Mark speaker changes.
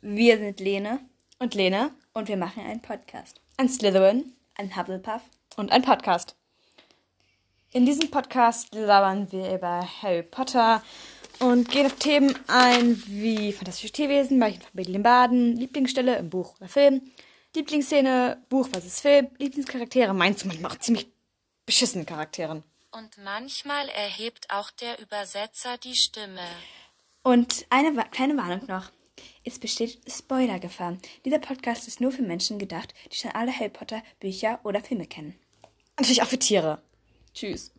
Speaker 1: Wir sind Lene
Speaker 2: und Lena,
Speaker 1: und wir machen einen Podcast.
Speaker 2: ein Slytherin
Speaker 1: Ein Hufflepuff.
Speaker 2: und ein Podcast. In diesem Podcast labern wir über Harry Potter und gehen auf Themen ein wie fantastische Tierwesen, Märchen von Baden Baden, Lieblingsstelle im Buch oder Film, Lieblingsszene, Buch versus Film, Lieblingscharaktere, meinst du manchmal auch ziemlich beschissene Charakteren.
Speaker 3: Und manchmal erhebt auch der Übersetzer die Stimme.
Speaker 2: Und
Speaker 1: Eine Wa kleine Warnung noch. Es besteht Spoilergefahr. Dieser Podcast ist nur für Menschen gedacht, die schon alle Harry Potter Bücher oder Filme kennen.
Speaker 2: natürlich auch für Tiere.
Speaker 1: Tschüss.